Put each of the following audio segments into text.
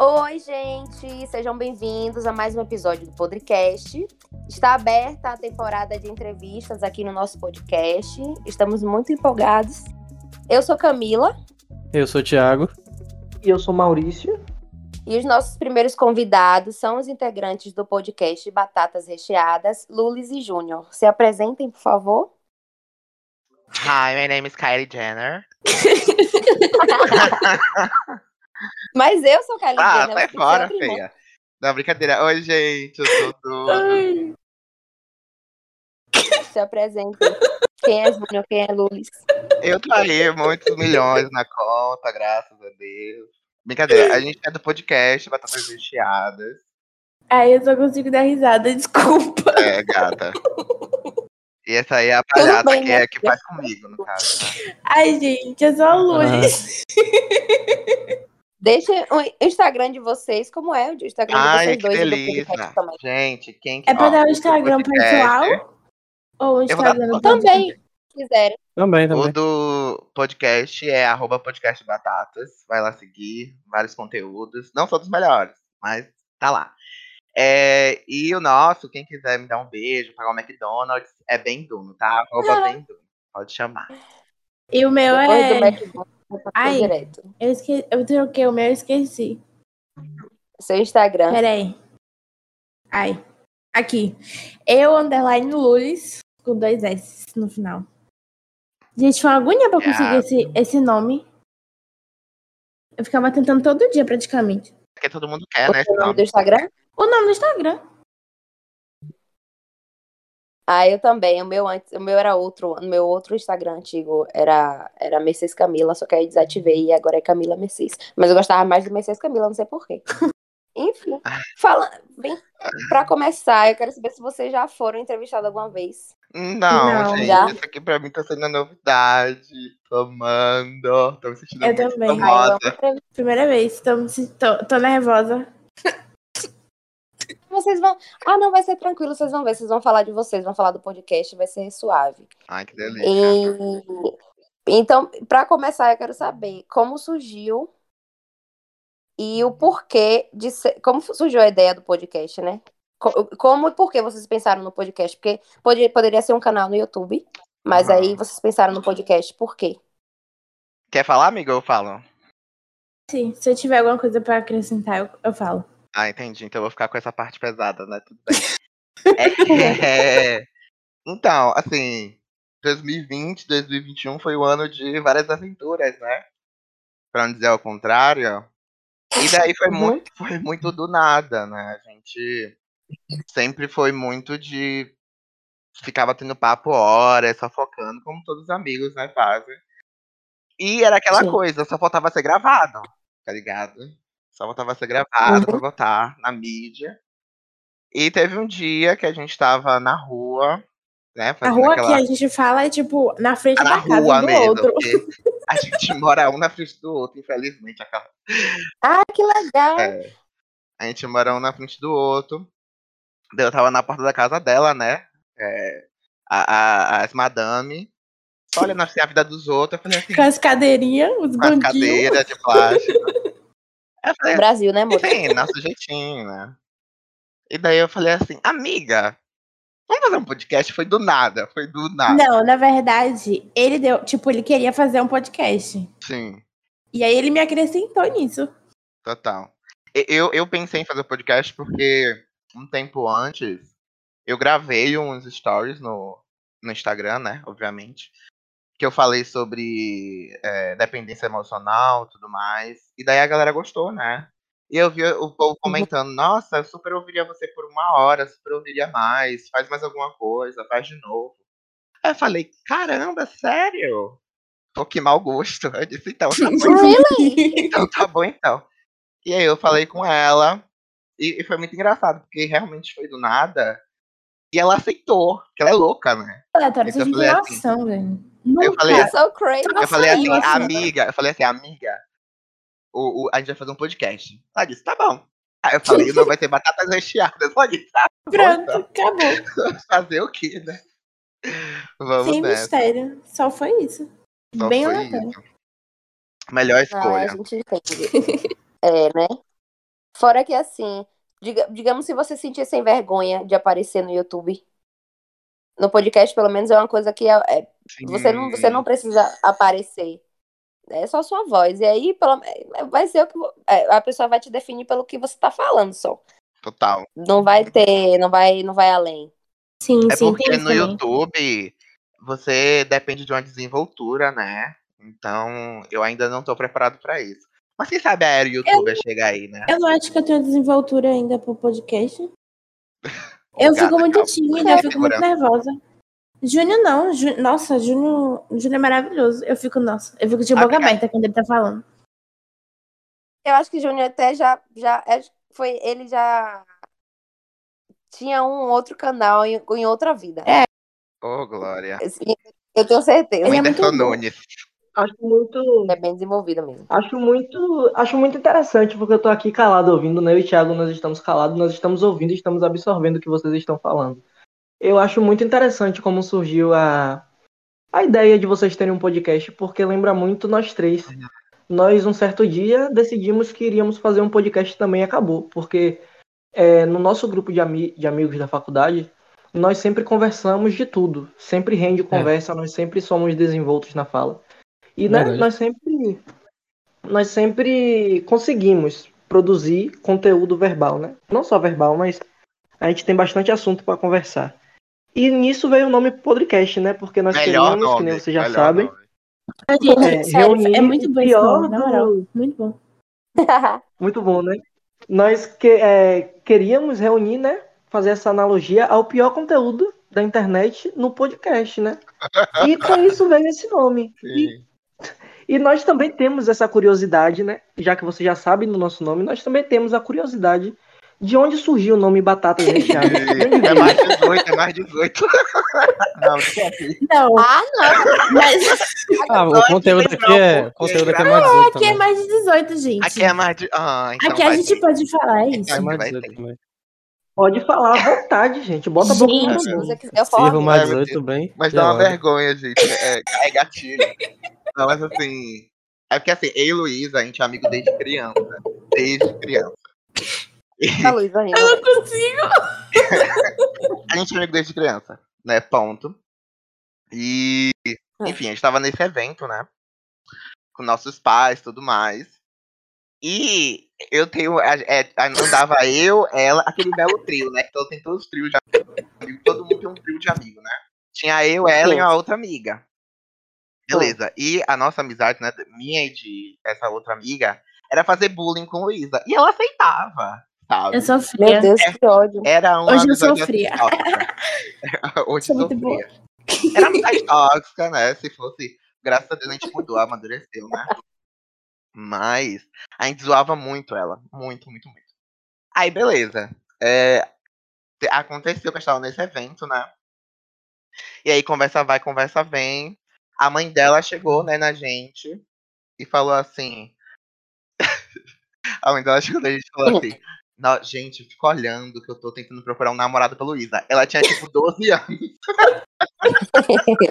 Oi, gente! Sejam bem-vindos a mais um episódio do Podcast. Está aberta a temporada de entrevistas aqui no nosso podcast. Estamos muito empolgados. Eu sou Camila Eu sou o Thiago. E eu sou Maurício. e os nossos primeiros convidados são os integrantes do podcast Batatas Recheadas, Lulis e Júnior. Se apresentem, por favor. Hi, my name is Kylie Jenner. Mas eu sou Kelly Ah, Jenner, sai você é fora, outra irmã. feia. Não, brincadeira. Oi, gente, eu sou do... Se apresentem. Quem é Júnior, quem é Lulis? Eu traí muitos milhões na conta, graças a Deus. Brincadeira, a gente é do podcast Batatas Recheadas. Aí eu só consigo dar risada, desculpa. É, gata. E essa aí é a palhata bem, que, é, né? que faz comigo, no caso. né? Ai, gente, eu sou a Ah, Lulis. Deixa o Instagram de vocês, como é o de Instagram de Ai, vocês que dois e do delícia. podcast também. Gente, quem que... É pra ó, dar o do Instagram podcast, pessoal? Ou o Eu vou dar- Instagram do Também, se quiserem. Também, também. O do podcast é arroba podcast batatas. Vai lá seguir vários conteúdos. Não são dos melhores, mas tá lá. É, e o nosso, quem quiser me dar um beijo, pagar um McDonald's, é bem duno, tá? Arroba bem duno. Pode chamar. E o meu Depois do é. McDonald's, eu tô Ai. direto. Eu, esque... eu troquei o meu, eu esqueci. Seu Instagram. Peraí. Ai. Aqui. Eu, underline Lulis, com dois S no final. Gente, foi uma agonia pra conseguir Ah. esse, esse nome. Eu ficava tentando todo dia, praticamente. Porque todo mundo quer, é O né? seu esse nome nome. do Instagram? O nome do Instagram. Ah, eu também. O meu antes, o meu era outro, o meu outro Instagram antigo era era Mercedes Camila, só que aí desativei e agora é Camila Mercedes. Mas eu gostava mais do Mercedes Camila, não sei porquê. Enfim, fala, bem, pra começar, eu quero saber se vocês já foram entrevistados alguma vez. Não, Não, gente, já. isso aqui pra mim tá sendo uma novidade. Tomando. Tô me sentindo Eu muito também. Ah, eu amo famosa. entrevista. Primeira vez, tô, me se- tô, tô nervosa. Vocês vão. Ah, não, vai ser tranquilo, vocês vão ver. Vocês vão falar de vocês, vão falar do podcast, vai ser suave. Ai, que delícia. E- Então, para começar, eu quero saber como surgiu e Uhum. o porquê de ser, como surgiu a ideia do podcast, né? Co- Como e por que vocês pensaram no podcast? Porque pode- poderia ser um canal no YouTube, mas Aham. aí vocês pensaram no podcast, por quê? Quer falar, amiga? Eu falo. Sim, se eu tiver alguma coisa pra acrescentar, eu, eu falo. Ah, entendi. Então eu vou ficar com essa parte pesada, né? Tudo bem. É, Então, assim, 2020, 2021 foi o ano de várias aventuras, né? Pra não dizer ao contrário. E daí foi, Uhum. muito, foi muito do nada, né? A gente sempre foi muito de. Ficava tendo papo horas, só focando, como todos os amigos, né, fazem. E era aquela Sim. coisa, só faltava ser gravado, tá ligado? Só voltava a ser Uhum. gravado pra botar na mídia. E teve um dia que a gente tava na rua, né? A fazendo rua aquela- que a gente fala é tipo na frente Ah, na da casa rua do mesmo. outro. porque A gente mora um na frente do outro, infelizmente. Aquela Ah, que legal! é. A gente mora um na frente do outro. Daí Eu tava na porta da casa dela, né? É, a, a, as madame. Só olhando assim a vida dos outros. Eu falei assim, Com as cadeirinhas, os com as banquinhos. cadeiras de plástico. Eu falei, Brasil, né, amor? Sim, nosso jeitinho, né? E daí eu falei assim, amiga, vamos fazer um podcast? Foi do nada, foi do nada. Não, na verdade, ele deu. Tipo, ele queria fazer um podcast. Sim, E aí ele me acrescentou nisso. total. E- Eu, eu pensei em fazer podcast porque um tempo antes eu gravei uns stories no, no Instagram, né? Obviamente. Que eu falei sobre eh, dependência emocional e tudo mais. E daí a galera gostou, né? E eu vi o povo comentando, nossa, eu super ouviria você por uma hora, super ouviria mais, faz mais alguma coisa, faz de novo. Aí eu falei, caramba, sério? Pô, que mau gosto. Eu disse, então, tá bom, então tá bom então. E aí eu falei com ela. E, e foi muito engraçado, porque realmente foi do nada. E ela aceitou, porque ela é louca, né? Aleatório, Então vocês eu não falei têm assim. noção, velho. Nunca. falei assim, Ah, So crazy. Nossa, eu falei assim, nossa. amiga, eu falei assim, amiga, o, o- a gente vai fazer um podcast. Ela disse, tá bom. Aí eu falei, não vai ter batatas recheadas. Ela disse, tá bom, Pronto, então. acabou. fazer o quê, né? Vamos Sem nessa. mistério. Só foi isso. Só Bem foi aleatório. isso. Melhor Ah, a escolha. gente entende. É, né? Fora que assim, diga- digamos se você sentir sem vergonha de aparecer no YouTube. No podcast, pelo menos, é uma coisa que é- é Você não, você Hum. não precisa aparecer. É só sua voz. E aí, pelo, é, vai ser o que. é, A pessoa vai te definir pelo que você tá falando só. Total. Não vai ter. Não vai, não vai além. Sim, É sim, porque tem no isso também. YouTube você depende de uma desenvoltura, né? Então eu ainda não tô preparado pra isso. Mas quem sabe a era youtuber chegar aí, né? Eu não acho que eu tenho desenvoltura ainda pro podcast. Eu Gata, fico muito calma. tímida, eu fico muito Segurança. nervosa. Júnior não, Jú- nossa, Júnior, Júnior é maravilhoso. Eu fico, nossa, eu fico de boca Obrigado. aberta quando ele tá falando. Eu acho que Júnior até já. já é- foi, ele já tinha um outro canal em, em outra vida. É. Ô, Glória. Assim, Eu tenho certeza. Ele é Whindersson muito bom. Nunes. Acho muito. É bem desenvolvido mesmo. Acho muito. Acho muito interessante, porque eu tô aqui calado ouvindo, né? Eu e Thiago, nós estamos calados, nós estamos ouvindo, estamos absorvendo o que vocês estão falando. Eu acho muito interessante como surgiu a, a ideia de vocês terem um podcast, porque lembra muito nós três. Nós, um certo dia, decidimos que iríamos fazer um podcast também e acabou, porque é, no nosso grupo de, ami- de amigos da faculdade, nós sempre conversamos de tudo, sempre rende conversa, nós sempre somos desenvoltos na fala. E né, Verdade. nós sempre nós sempre conseguimos produzir conteúdo verbal, né? Não só verbal, mas a gente tem bastante assunto para conversar. E nisso veio o nome podcast, né? Porque nós Melhor queríamos, nome. que nem vocês já melhor sabem, nome. Gente, É, sério, reunir é muito bom esse pior nome, na do- moral. Muito bom. Ah, Muito bom, né? Nós que- é, queríamos reunir, né? Fazer essa analogia ao pior conteúdo da internet no podcast, né? E com isso veio esse nome. E, Sim. e nós também temos essa curiosidade, né? Já que você já sabe do nosso nome, nós também temos a curiosidade de onde surgiu o nome Batata Recheada. E É mais 18, é mais 18. Não, aqui Não, ah, não. mas Ah, o Agora conteúdo que aqui é, não, o conteúdo aqui é mais 18 aqui é também. mais de 18, gente. aqui é mais de. Ah, então Aqui a vai gente ter. pode falar é isso. É mais Vai 18 ter. também. Pode falar à vontade, gente. Bota a boca no Gente. é Se mundo. você quiser, eu Sirva falo. mais Vai, vai 18 bem. Mas e dá uma agora? vergonha, gente. É, é gatilho. Não, mas assim. É porque assim, eu e Luiz, a gente é amigo desde criança. Desde criança. Tá, Luísa, rindo. Eu não consigo. A gente é amigo desde criança, né? Ponto. E. É. Enfim, a gente tava nesse evento, né? Com nossos pais tudo mais. E eu tenho. a- é, a- andava eu, ela, aquele belo trio, né? Que todo, tem todos os trios de amigo. Todo mundo tem um trio de amigo, né? Tinha eu, ela e uma outra amiga. Beleza. E a nossa amizade, né? Minha e de essa outra amiga, era fazer bullying com Luísa. E ela aceitava, sabe? Eu Meu sofria. Deus, que ódio. Era uma Hoje eu amizade assim, sofria. tóxica. É, Hoje Sou muito boa. sofria. Era amizade tóxica, né? Se fosse. Graças a Deus a gente mudou, amadureceu, né? Mas a gente zoava muito ela. Muito, muito, muito. Aí, beleza. É, te- aconteceu que eu estava nesse evento, né? E aí, conversa vai, conversa vem. A mãe dela chegou, né, na gente e falou assim. a mãe dela chegou na gente e falou assim. "Nó- gente, fica olhando que eu tô tentando procurar um namorado pra Luísa. Ela tinha tipo 12 anos.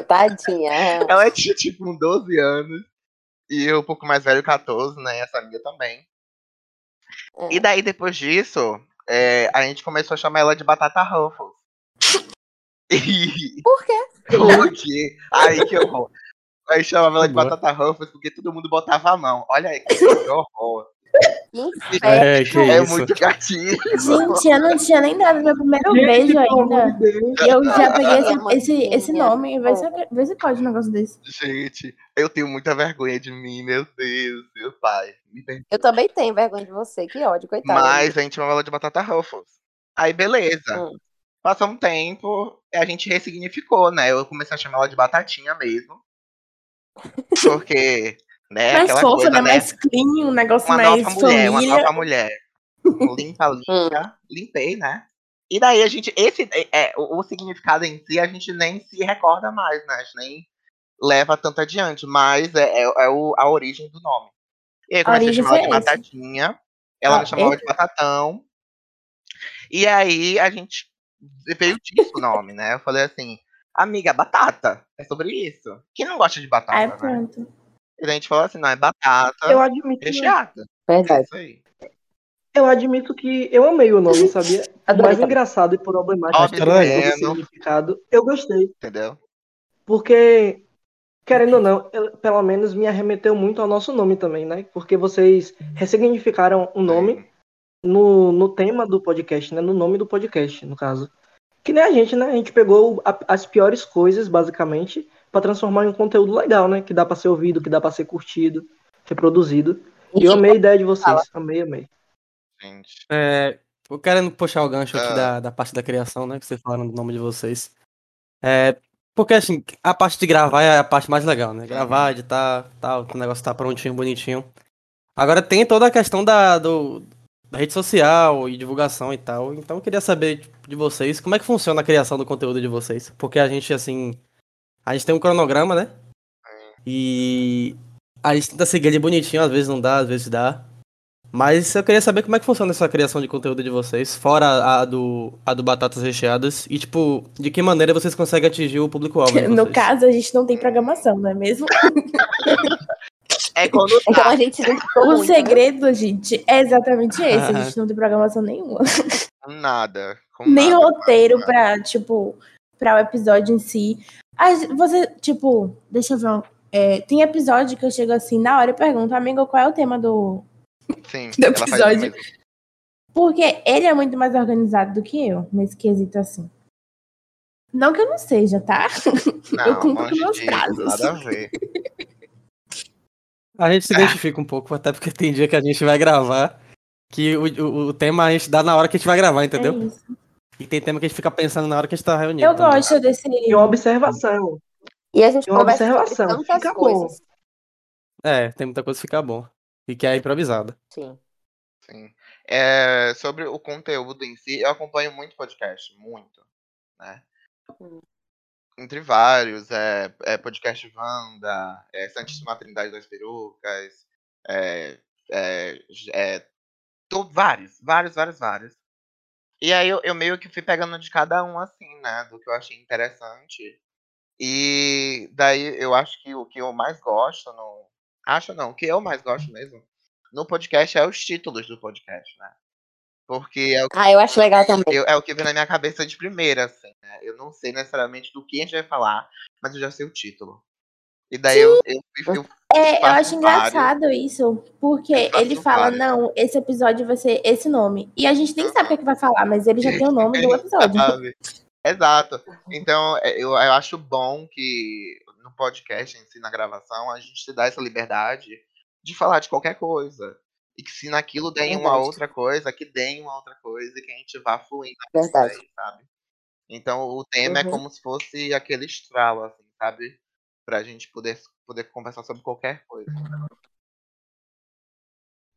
Tadinha. Ela tinha tipo uns 12 anos. E eu um pouco mais velho, 14, né? Essa amiga também. É. E daí, depois disso, é, a gente começou a chamar ela de Batata Ruffles. E Por quê? porque. Ai, que horror. Aí chamava ela de Agora. Batata Ruffles porque todo mundo botava a mão. Olha aí, que horror. Que É, que É isso. muito gatilho. Gente, eu não tinha nem dado meu primeiro beijo ainda. E eu já peguei esse, esse, esse nome. Vê se, vê se pode um negócio desse. Gente, eu tenho muita vergonha de mim, meu Deus, meu pai. Me perdoa. Eu também tenho vergonha de você. Que ódio, coitado. né? Mas a gente chamava ela de batata Ruffles. Aí, beleza. Hum. Passou um tempo, a gente ressignificou, né? Eu comecei a chamar ela de batatinha mesmo. Porque, né, mais aquela fofa, coisa, né? né? Mais clean, um negócio uma mais nova mulher, família. Hum. uma nova mulher. Limpa, limpa, limpei, né? E daí a gente, esse, é, é, o, o significado em si, a gente nem se recorda mais, né? A gente nem leva tanto adiante, mas é, é, é o, a origem do nome. E aí eu comecei a, origem chamar ela de foi essa. Batatinha, ela Ah, me chamava de Batatão. E aí a gente veio disso o nome, né? Eu falei assim, amiga, batata, é sobre isso. Quem não gosta de batata, Aí né? pronto. E daí a gente falou assim, não, é batata Eu admito. recheada. É Verdade. isso aí. Eu admito que eu amei o nome, sabia? O Adorei mais também. engraçado e problemático Óbvio, que é né? o significado. Eu gostei, entendeu? porque, querendo ou não, eu- pelo menos me arremeteu muito ao nosso nome também, né? Porque vocês ressignificaram o nome no, no tema do podcast, né? No nome do podcast, no caso. Que nem a gente, né? A gente pegou a- as piores coisas, basicamente, pra transformar em um conteúdo legal, né? Que dá pra ser ouvido, que dá pra ser curtido, reproduzido. E eu amei a ideia de vocês. Amei, amei. Gente. É, eu querendo puxar o gancho aqui Ah. da, da parte da criação, né? Que vocês falaram do nome de vocês. É, porque, assim, a parte de gravar é a parte mais legal, né? Gravar, editar, tal, o negócio tá prontinho, bonitinho. Agora tem toda a questão da, do, da rede social e divulgação e tal. Então eu queria saber tipo, de vocês como é que funciona a criação do conteúdo de vocês. Porque a gente, assim, a gente tem um cronograma, né? E a gente tenta seguir ele bonitinho, às vezes não dá, às vezes dá. Mas eu queria saber como é que funciona essa criação de conteúdo de vocês, fora a do, a do Batatas Recheadas, e tipo, de que maneira vocês conseguem atingir o público-alvo. de No vocês? caso, a gente não tem programação, não é mesmo? É quando Então a tá. gente se identificou O muito, né? segredo, gente, é exatamente esse. A gente não tem programação nenhuma. Ah. com nada. com Nem nada, roteiro nada, pra, tipo, pra o episódio em si. As- Você, tipo, deixa eu ver. um- é, tem episódio que eu chego assim, na hora eu pergunto, amigo, qual é o tema do. nada. Sim, do ela faz isso episódio. mesmo. Porque ele é muito mais organizado do que eu, nesse quesito assim. Não que eu não seja, tá? Não, Eu cumpro com longe meus disso, prazos. Nada a ver. A gente se identifica um pouco, até porque tem dia que a gente vai gravar, que o, o, o tema a gente dá na hora que a gente vai gravar, entendeu? É isso. E tem tema que a gente fica pensando na hora que a gente tá reunindo. Eu também. gosto desse. E uma observação. E a gente Uma conversa sobre observação, tantas fica bom. coisas. É, tem muita coisa que fica bom. E que é improvisada. Sim. Sim. É, sobre o conteúdo em si, eu acompanho muito podcast, muito, né? Hum. Entre vários, é, é podcast Wanda, é Santíssima Trindade das Perucas, é, é, j- é, tô- vários, vários, vários, vários. E aí eu, eu meio que fui pegando de cada um, assim, né? Do que eu achei interessante. E daí eu acho que o que eu mais gosto no. Acho não, o que eu mais gosto mesmo no podcast é os títulos do podcast, né? Porque é o Ah, eu acho legal também. eu- é o que vem na minha cabeça de primeira, assim, né? Eu não sei necessariamente do que a gente vai falar, mas eu já sei o título. E daí eu, eu, eu, eu É, eu acho faço vários. engraçado isso, porque Eu faço ele fala, vários. não, esse episódio vai ser esse nome. E a gente nem sabe o que, é que vai falar, mas ele já tem o nome do episódio. sabe? Exato. Então, é, eu, eu acho bom que no podcast, em si, na gravação, a gente se dá essa liberdade de falar de qualquer coisa. E que se naquilo tem uma Verdade. outra coisa, que tem uma outra coisa, e que a gente vá fluindo nisso Verdade. daí, sabe? Então, o tema é Uhum. como se fosse aquele estralo, assim, sabe? Pra gente poder, poder conversar sobre qualquer coisa.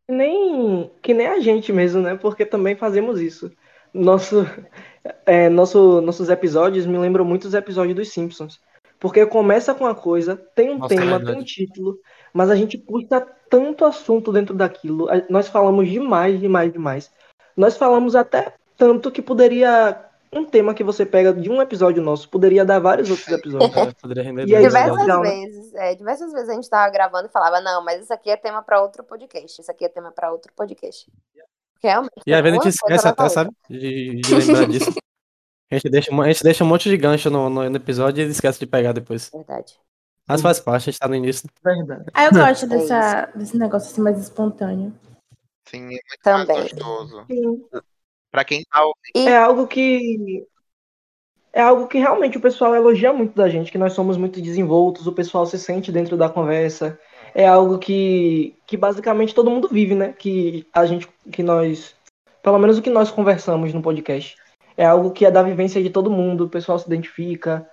Que nem, que nem a gente mesmo, né? Porque também fazemos isso. Nosso, é, nosso, nossos episódios me lembram muito os episódios dos Simpsons. Porque começa com uma coisa, tem um Nossa, é tema, verdade. tem um título, mas a gente puxa tanto assunto dentro daquilo. A- Nós falamos demais, demais, demais. Nós falamos até tanto que poderia. Um tema que você pega de um episódio nosso poderia dar vários outros episódios. É, poderia render E aí, dois, Diversas né? legal, né? vezes, é, diversas vezes a gente tava gravando e falava, não, mas isso aqui é tema pra outro podcast, isso aqui é tema pra outro podcast. Porque Realmente, E às vezes a uma gente coisa esquece leva a até, outra. sabe? De, de lembrar disso. A gente, deixa, um- a gente deixa um monte de gancho no, no, no episódio e esquece de pegar depois. é Verdade. Mas Sim. faz parte, a gente tá no início. Verdade. Aí eu gosto É isso. dessa, desse negócio assim mais espontâneo. Sim, é muito Também. mais gostoso. Sim. Pra quem tá ouvindo, É algo que é algo que realmente o pessoal elogia muito da gente, que nós somos muito desenvoltos, o pessoal se sente dentro da conversa. É algo que, que basicamente todo mundo vive, né? Que a gente que nós, pelo menos o que nós conversamos no podcast, é algo que é da vivência de todo mundo, o pessoal se identifica,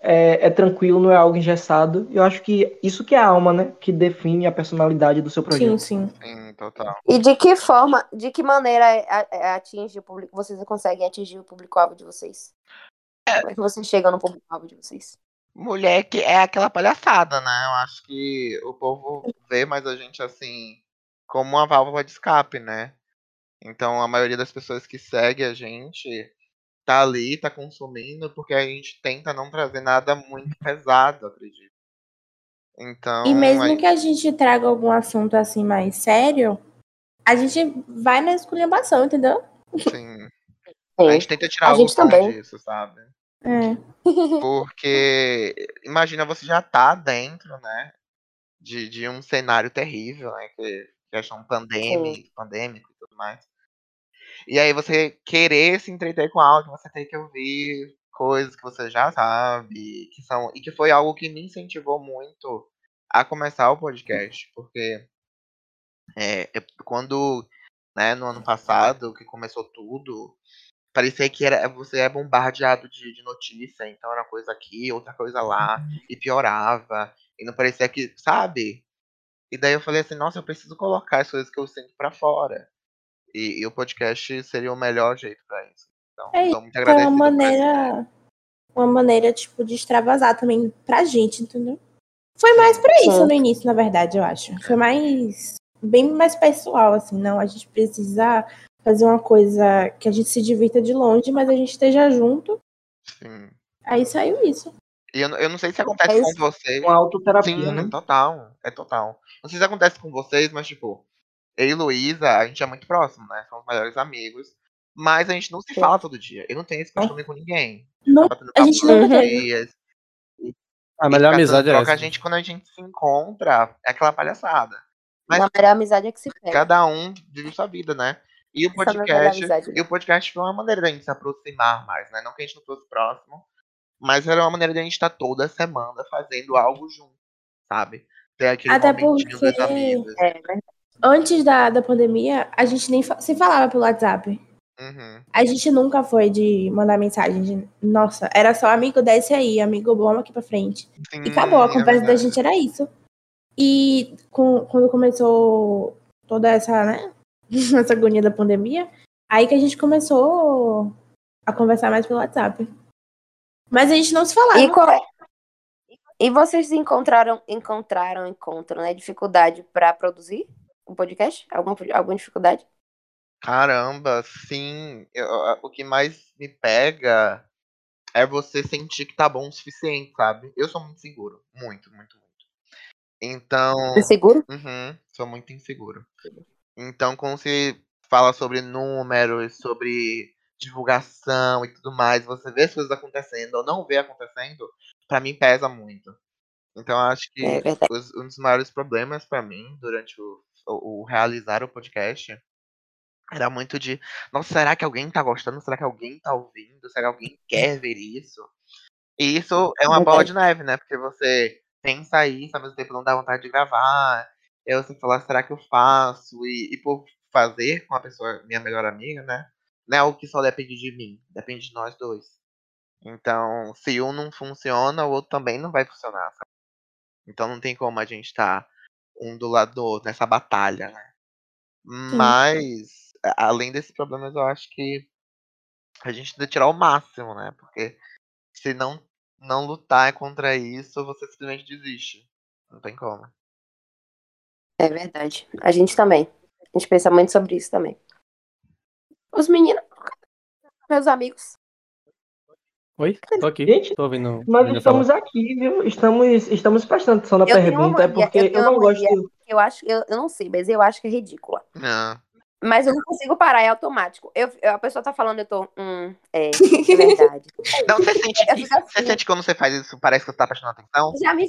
é, é tranquilo, não é algo engessado. E Eu acho que isso que é a alma, né? Que define a personalidade do seu Sim, projeto. sim. sim, total. E de que forma, de que maneira é, a- a- atinge o público, vocês conseguem atingir o público-alvo de vocês? Como é que vocês chegam no público-alvo de vocês? Mulher que é aquela palhaçada, né? Eu acho que o povo vê mais a gente assim como uma válvula de escape, né? Então a maioria das pessoas que segue a gente tá ali, tá consumindo, porque a gente tenta não trazer nada muito pesado, acredito. Então, E mesmo aí- que a gente traga algum assunto assim mais sério, a gente vai na esculhambação, entendeu? Assim, Sim. a gente tenta tirar A algo gente também. bom disso, sabe? É. Porque imagina você já tá dentro, né? De, de um cenário terrível, né? Que questão pandêmica, pandêmico e tudo mais. E aí você querer se entreter com algo, você tem que ouvir coisas que você já sabe, que são. E que foi algo que me incentivou muito a começar o podcast. Porque é, eu- quando, né, no ano passado, que começou tudo, Parecia que era, você é bombardeado de, de notícia, então era uma coisa aqui, outra coisa lá, Uhum. e piorava, e não parecia que, sabe? E daí eu falei assim, nossa, eu preciso colocar as coisas que eu sinto pra fora. E, e o podcast seria o melhor jeito pra isso. Então, É tô muito Então, é agradecido. uma por essa ideia. maneira. Uma maneira, tipo, de extravasar também pra gente, entendeu? Foi mais pra isso Sim. no início, na verdade, eu acho. Foi mais. Bem mais pessoal, assim. Não, a gente precisa fazer uma coisa que a gente se divirta de longe, mas a gente esteja junto. Sim. Aí saiu isso. E eu, não- eu não sei se acontece com Mas- vocês. Uma autoterapia, Sim, né? total. É total. Não sei se acontece com vocês, mas tipo, eu e Luísa, a gente é muito próximo, né? Somos melhores amigos. Mas a gente não se Sim. fala todo dia. Eu não tenho esse costume com ninguém. É. Não, Tá batendo a papo gente todos os nunca teve. dias. A E melhor ficar amizade é troca, a essa. gente, quando a gente se encontra, é aquela palhaçada. Mas- Na melhor amizade é que se pega. Cada um vive sua vida, né? E o Essa é a minha melhor podcast. amizade, né? E o podcast foi uma maneira da gente se aproximar mais, né? Não que a gente não fosse próximo, mas era uma maneira da gente estar toda semana fazendo algo junto, sabe? Ter aquele Até momentinho dos porque- amigos. É, né? Antes da, da pandemia, a gente nem fa- se falava pelo WhatsApp. Uhum. A gente nunca foi de mandar mensagem. de, Nossa, era só amigo desce aí, amigo bom aqui pra frente. E acabou, a Sim, é conversa da verdade. gente era isso. E com- quando começou toda essa, né? essa agonia da pandemia, aí que a gente começou a conversar mais pelo WhatsApp. Mas a gente não se Ah, falava. E qual é- E vocês encontraram, encontraram, encontram, né, dificuldade pra produzir um podcast? Alguma, alguma dificuldade? Caramba, sim. Eu- a- o que mais me pega é você sentir que tá bom o suficiente, sabe? Eu sou muito seguro. Muito, muito, muito. Então. Seguro? Uhum, sou muito inseguro. Então, quando se fala sobre números, sobre divulgação e tudo mais, você vê as coisas acontecendo ou não vê acontecendo, pra mim pesa muito. Então, eu acho que É verdade. os- um dos maiores problemas pra mim durante o, o- o realizar o podcast era muito de, nossa, será que alguém tá gostando? Será que alguém tá ouvindo? Será que alguém quer ver isso? E isso é uma bola de neve, né? Porque você pensa isso, ao mesmo tempo não dá vontade de gravar. Eu assim falar, será que eu faço? E, e por fazer com a pessoa, minha melhor amiga, né? Não é algo que só depende de mim, depende de nós dois. Então, se um não funciona, o outro também não vai funcionar. Sabe? Então não tem como a gente estar um do lado do outro nessa batalha, né? Mas, a- além desses problemas, eu acho que a gente tem que tirar o máximo, né? Porque se não, não lutar é contra isso, você simplesmente desiste. Não tem como. É verdade. A gente também. A gente pensa muito sobre isso também. Os meninos, meus amigos. Oi? Tô aqui. Gente, Tô ouvindo. Mas ouvindo estamos falar. aqui, viu? Estamos, estamos prestando atenção na Eu tenho uma pergunta, é mania, porque eu eu, tenho não uma gosto. Eu acho, eu, eu não sei, mas eu acho que é ridícula. Não. Mas eu não consigo parar, é automático. Eu, eu- a pessoa tá falando, eu tô. Hum, é, é verdade. Não, você sente, Eu fico você assim. sente quando você faz isso, parece que você tá prestando atenção? Já me.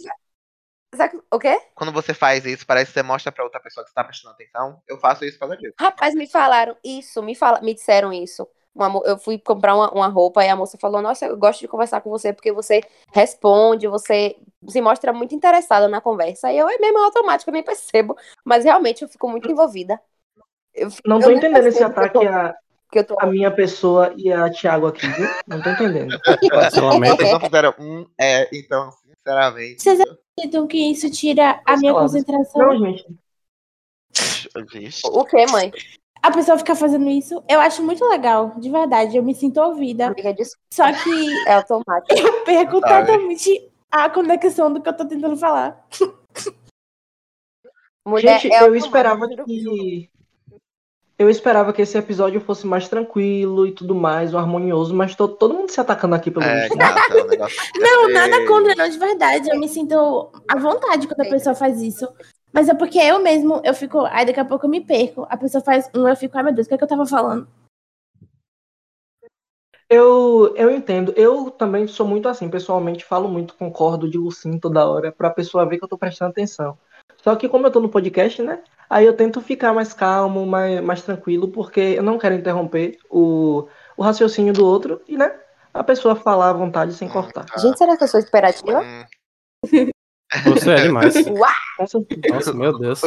Sabe que- o quê? Quando você faz isso, parece que você mostra pra outra pessoa que você tá prestando atenção? Eu faço isso por causa disso. Rapaz, me falaram isso, me, fala, me disseram isso. Uma mo- eu fui comprar uma, uma roupa e a moça falou: Nossa, eu gosto de conversar com você porque você responde, você se mostra muito interessada na conversa. E eu é mesmo automático, eu nem percebo. Mas realmente eu fico muito envolvida. Eu, fico- Não eu tô nem entendendo esse percebo que eu ataque à, tô- que eu tô- à minha pessoa e a Thiago aqui, viu? Não tô entendendo. Cancelamento. Vocês não fizeram um, é, então, sinceramente. Vocês acreditam que isso tira a minha Cancelados. concentração? Não, gente. Vixe. O que, mãe? A pessoa fica fazendo isso, eu acho muito legal, de verdade. Eu me sinto Ah. ouvida. Amiga, desculpa, Só que é automático. eu perco Sabe? totalmente a conexão do que eu tô tentando falar. Mulher, gente, é eu automático, esperava juro- juro. que. Eu esperava que esse episódio fosse mais tranquilo e tudo mais, um harmonioso, mas tô todo mundo se atacando aqui pelo É, visto. gata, o negócio. tá Não, nada feio. contra, não, de verdade. Eu me sinto à vontade quando a pessoa faz isso. Mas é porque eu mesmo, eu fico, aí daqui a pouco eu me perco. A pessoa faz um, eu fico, ai meu Deus, o que é que eu tava falando? Eu, eu entendo. Eu também sou muito assim, pessoalmente, falo muito, concordo, digo sim toda hora, pra pessoa ver que eu tô prestando atenção. Só que como eu tô no podcast, né? Aí eu tento ficar mais calmo, mais, mais tranquilo, porque eu não quero interromper o, o raciocínio do outro e, né? A pessoa falar à vontade sem cortar. Gente, será que eu sou hiperativa? Hum, Você é demais. Uau! Com certeza. Nossa, meu Deus.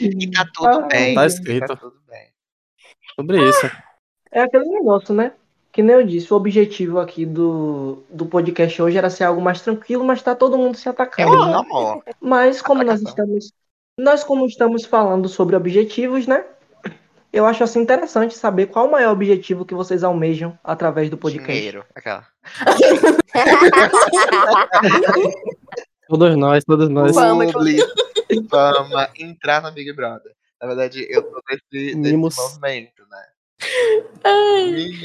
E tá tudo Ah, bem. tá escrito. tudo bem. Sobre isso. É aquele negócio, né? Que nem eu disse, o objetivo aqui do, do podcast hoje era ser algo mais tranquilo, mas tá todo mundo se Eu atacando. né? amo. Mas como nós Atacação. estamos, nós como estamos falando sobre objetivos, né? Eu acho assim interessante saber qual o maior objetivo que vocês almejam através do podcast. Dinheiro. Aquela. Todos nós, todos nós. Fama, Publi, então. fama, entrar na Big Brother. Na verdade, eu tô nesse, nesse Mimos. movimento, né?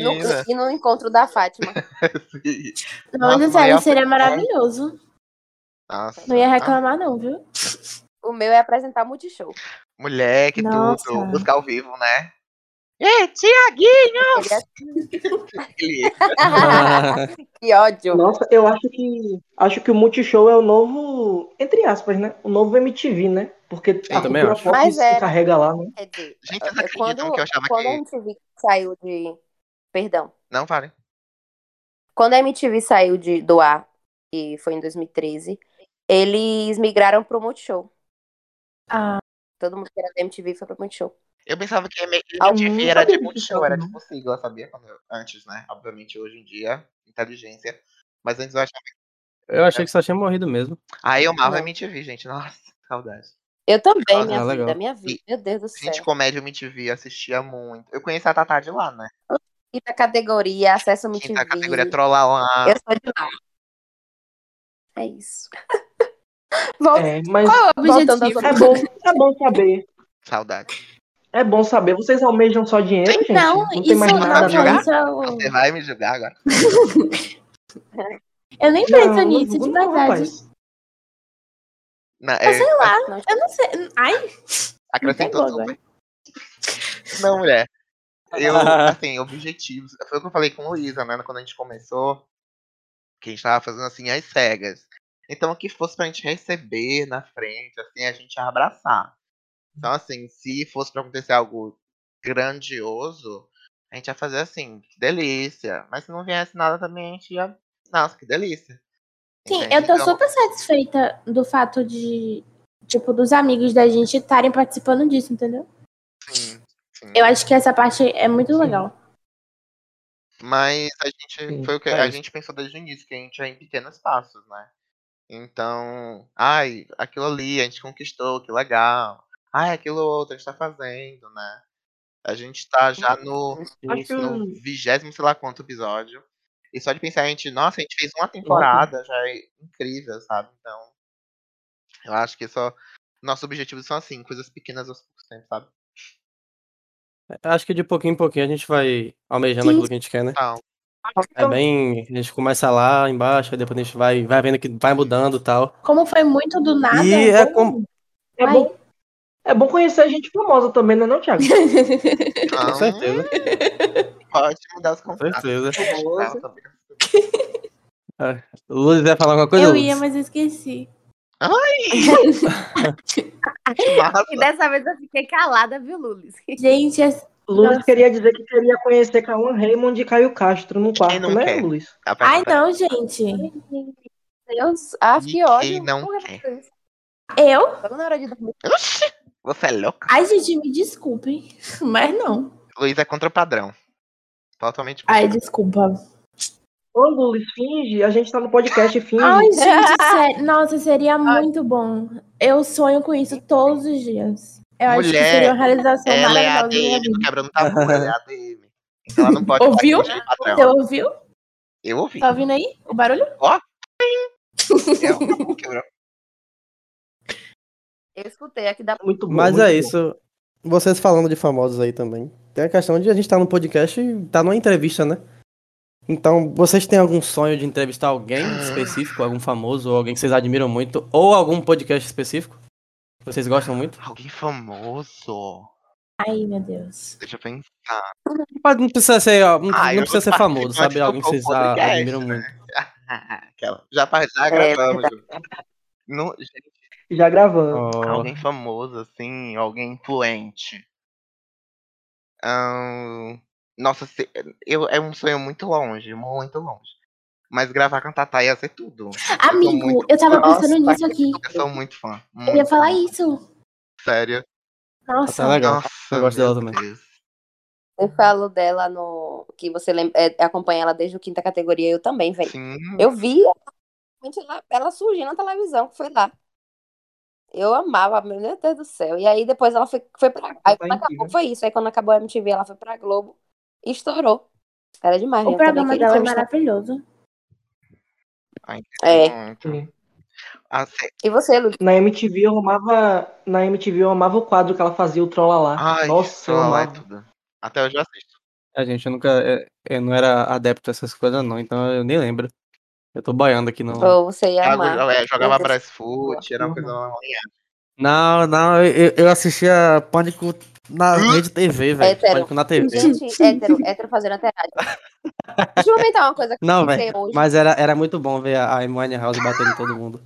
No, Menina. e no encontro da Fátima. assim, Não, Nossa, mas é sério, maior seria felicidade. maravilhoso. Nossa. Não ia reclamar, não, viu? O meu é apresentar multishow. Mulher, que Nossa. tudo. Buscar ao vivo, né? é Ele- Ah, que ódio. Nossa, eu acho que acho que o Multishow é o novo, entre aspas, né? O novo MTV, né? Porque a também cultura acho. pop Mas se é. era. carrega lá, né? Quer dizer, Gente, vocês É acreditam quando- que eu achava quando a que. MTV saiu de. Perdão. Não, parem. Quando a MTV saiu de, do ar, que foi em 2013, eles migraram pro Multishow. Ah, Todo mundo que era da MTV foi pro Multishow. Eu pensava que M- Ah, MTV nunca era de vi multishow, isso, era não. tipo sigla, sabia? Quando eu- Antes, né? Obviamente, hoje em dia, inteligência. Mas antes eu achava. eu achei que só tinha morrido mesmo. Aí eu amava Não. MTV, gente. Nossa, saudade. Eu também, Ah, minha vida, legal. minha vida. Meu Deus do céu. Gente, comédia MTV, assistia muito. Eu conheci a Tatá de lá, né? Quinta categoria, acesso MTV. Quinta categoria, é trollar lá. Eu sou de lá. É isso. Volta. É, mas qual é o Voltando objetivo? às é bom, é bom saber. Saudade. É bom saber. Vocês almejam só dinheiro, gente? Não, tem isso, mais não, nada pra jogar? não, isso é o... Você vai me julgar agora? Eu nem Não, penso não nisso, vou é de não, verdade. rapaz. Não, Eu sei lá, Não, eu não sei. Ai, acrescentou pegou super. Não, mulher. Eu, assim, objetivos. Foi o que eu falei com a Luísa, né? Quando a gente começou, que a gente tava fazendo assim, as cegas. Então, o que fosse pra gente receber na frente, assim, a gente ia abraçar. Então, assim, se fosse pra acontecer algo grandioso, a gente ia fazer assim, que delícia. Mas se não viesse nada também, a gente ia. Nossa, que delícia. sim, Entende? eu tô Então, super satisfeita do fato de, tipo, dos amigos da gente estarem participando disso, entendeu? sim, assim, sim. Eu acho que essa parte é muito Sim. legal. Mas a gente Sim, foi o que é a isso. gente pensou desde o início, que a gente é em pequenos passos, né? Então, ai, aquilo ali a gente conquistou, que legal. Ai, aquilo outro a gente tá fazendo, né? A gente tá Hum, já no, Acho que no eu- vigésimo, sei lá quanto episódio. E só de pensar, a gente, nossa, a gente fez uma temporada, já é incrível, sabe? Então, eu acho que só. Nossos objetivos são assim, coisas pequenas aos poucos tempos, sabe? é, Acho que de pouquinho em pouquinho a gente vai almejando Sim. aquilo que a gente quer, né? Então, É bem. A gente começa lá embaixo, aí depois a gente vai, vai vendo que vai mudando e tal. Como foi muito do nada. né? E é com. é Ai. bom. É bom conhecer a gente famosa também, né, não, Thiago? Com então, certeza, pode mudar os com contatos. certeza. Tá, tá bem. Luiz vai falar alguma coisa? eu ia, Luz? mas eu esqueci. Massa. E dessa vez eu fiquei calada, viu, Lulis? Gente, é- Luiz Nossa. queria dizer que queria conhecer Cauã Raymond e Caio Castro no quarto, não né, quer? Luiz? Ah, pera, ai pera. não, gente. Deus, ah, E que quem ódio. não Por que quer? fazer isso? Eu? Logo na hora de dormir. Oxi, você é louca? Ai, gente, me desculpem, mas não. Luiz é contra o padrão. Totalmente contra. Ai, desculpa. Quando o Luiz finge, a gente tá no podcast e finge. Ai, gente, sério. Nossa, seria muito bom. Eu sonho com isso todos os dias. Eu acho que Mulher, seria uma realização Ela é maravilhosa da minha ADM, vida. tô quebrando tabu, ela é ADM. Então ela não pode Ouviu? falar que eu sou padrão. Você ouviu? Eu ouvi. Tá ouvindo aí o barulho? Eu- um quebrou. Eu escutei aqui da Muito bom. Mas muito é bom. isso. Vocês falando de famosos aí também. Tem a questão de a gente tá no podcast e tá numa entrevista, né? Então, vocês têm algum sonho de entrevistar alguém específico, algum famoso, ou alguém que vocês admiram muito, ou algum podcast específico? Vocês gostam muito? Alguém famoso. Ai, meu Deus. Deixa eu pensar. Mas não precisa ser, ó, não, Ah, não eu precisa ser participei famoso, sabe? bastante Alguém do que vocês a- podcast, admiram muito. Aquela. Já, par- já É, tá gravamos. No- gente, Já gravando. Ó, Alguém famoso, assim, alguém influente. Ahn, nossa, se- eu, é um sonho muito longe, muito longe. Mas gravar com a Tatá ia ser tudo. Eu sou Amigo, muito- eu tava pensando Nossa, nisso aqui. Eu sou muito fã. Eu ia muito falar fã, isso. Sério. Nossa. Tá legal. Nossa, Eu gosto dela meu também. Deus. Eu falo dela no. Que você lembra, é, acompanha ela desde o quinta categoria, eu também, velho. Sim. Eu vi realmente, ela, ela surgindo na televisão, que foi lá. Eu amava, meu Deus do céu. E aí depois ela foi, foi pra. Aí quando acabou incrível. foi isso. Aí quando acabou a MTV, ela foi pra Globo e estourou. Era demais, O tá gente, também programa queria né? dela é entrevistar. maravilhoso. Ai, É. muito. Sim. Ah, cê- E você, Lu? Na MTV eu amava. Na MTV eu amava o quadro que ela fazia, o Trolla lá. Ai, Nossa, eu só lá é amava. tudo. Até hoje eu assisto. É, gente, eu nunca. é, Eu não era adepto a essas coisas, não, então eu nem lembro. Eu tô baiando aqui no. Ou você ia Jogo- amar? é, Meu jogava Deus. Brasfoot, era uma Uhum. coisa Não, não, eu, eu assistia Pânico na rede TV, velho. Hétero. Pânico na TV. Gente, hétero, hétero fazendo até rádio. Deixa eu comentar uma coisa que Não, aconteceu velho. hoje. Mas era, era muito bom ver a a Amy Winehouse batendo em todo mundo.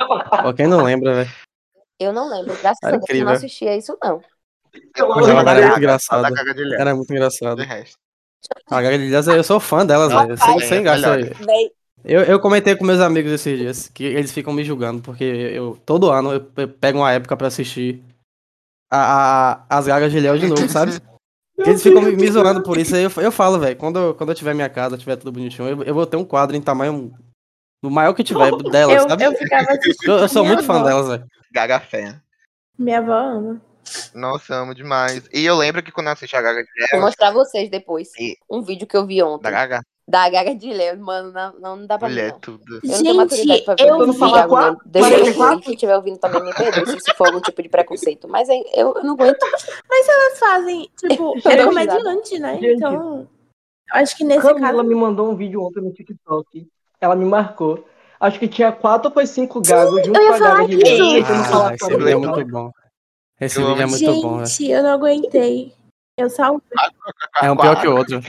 Ah. Pô, quem não lembra, velho? Eu não lembro, Tá graças Era a Deus, eu não incrível. assistia isso, não. Mas ela era muito Só da engraçada. Gaga de Lhama, Era muito de engraçada. resto. A Gaga de Lhasa, eu sou fã delas, velho. Sem, sem gasto. Melhores. Véi, Eu, eu comentei com meus amigos esses dias que eles ficam me julgando, porque eu todo ano eu, eu pego uma época pra assistir a, a- as Gagas de Léo de novo, sabe? Eles ficam me, me zoando por isso. Aí eu, eu falo, velho, quando, quando eu tiver minha casa, tiver tudo bonitinho, eu, eu vou ter um quadro em tamanho. No maior que tiver delas, Eu, sabe? eu ficava assistindo. Eu, tipo, eu sou minha muito fã avó. delas, velho. Gaga Fan. Minha avó ama. Nossa, amo demais. E eu lembro que quando eu assisti a Gaga de vou Lhama, mostrar vocês depois. E- Um vídeo que eu vi da ontem. Gaga, Da Gaga de Léo, mano, não, não, não dá pra mim, mulher, não. tudo. Eu não tenho maturidade Gente, pra ver eu um vídeo vi. Quando de falar Gaga de quatro, Léo. Deus me perdoe, 44. quem estiver ouvindo também me perdoe, se isso for algum tipo de preconceito. Mas é- eu, eu não aguento. Mas elas fazem, tipo, Eu é dou comediante, né? Gente. Então, eu acho que nesse Camila caso. me mandou um vídeo ontem no TikTok. Ela me marcou. Acho que tinha quatro ou foi cinco gagos junto eu ia com a falar gaga de isso. Léo, tentando Isso. Ah, falar esse sobre vídeo é ela. muito bom. Esse Eu vídeo é amo muito bom, velho. Gente, eu não aguentei. Eu salvo. É um pior que o outro.